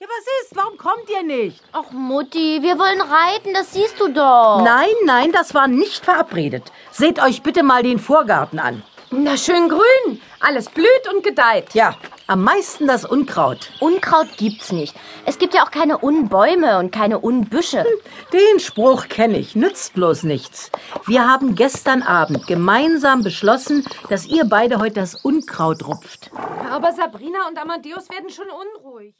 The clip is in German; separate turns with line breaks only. Ja, was ist? Warum kommt ihr nicht?
Ach Mutti, wir wollen reiten, das siehst du doch.
Oh. Nein, nein, das war nicht verabredet. Seht euch bitte mal den Vorgarten an.
Na schön grün, alles blüht und gedeiht.
Ja, am meisten das Unkraut.
Unkraut gibt's nicht. Es gibt ja auch keine Unbäume und keine Unbüsche.
Den Spruch kenne ich, nützt bloß nichts. Wir haben gestern Abend gemeinsam beschlossen, dass ihr beide heute das Unkraut rupft.
Aber Sabrina und Amadeus werden schon unruhig.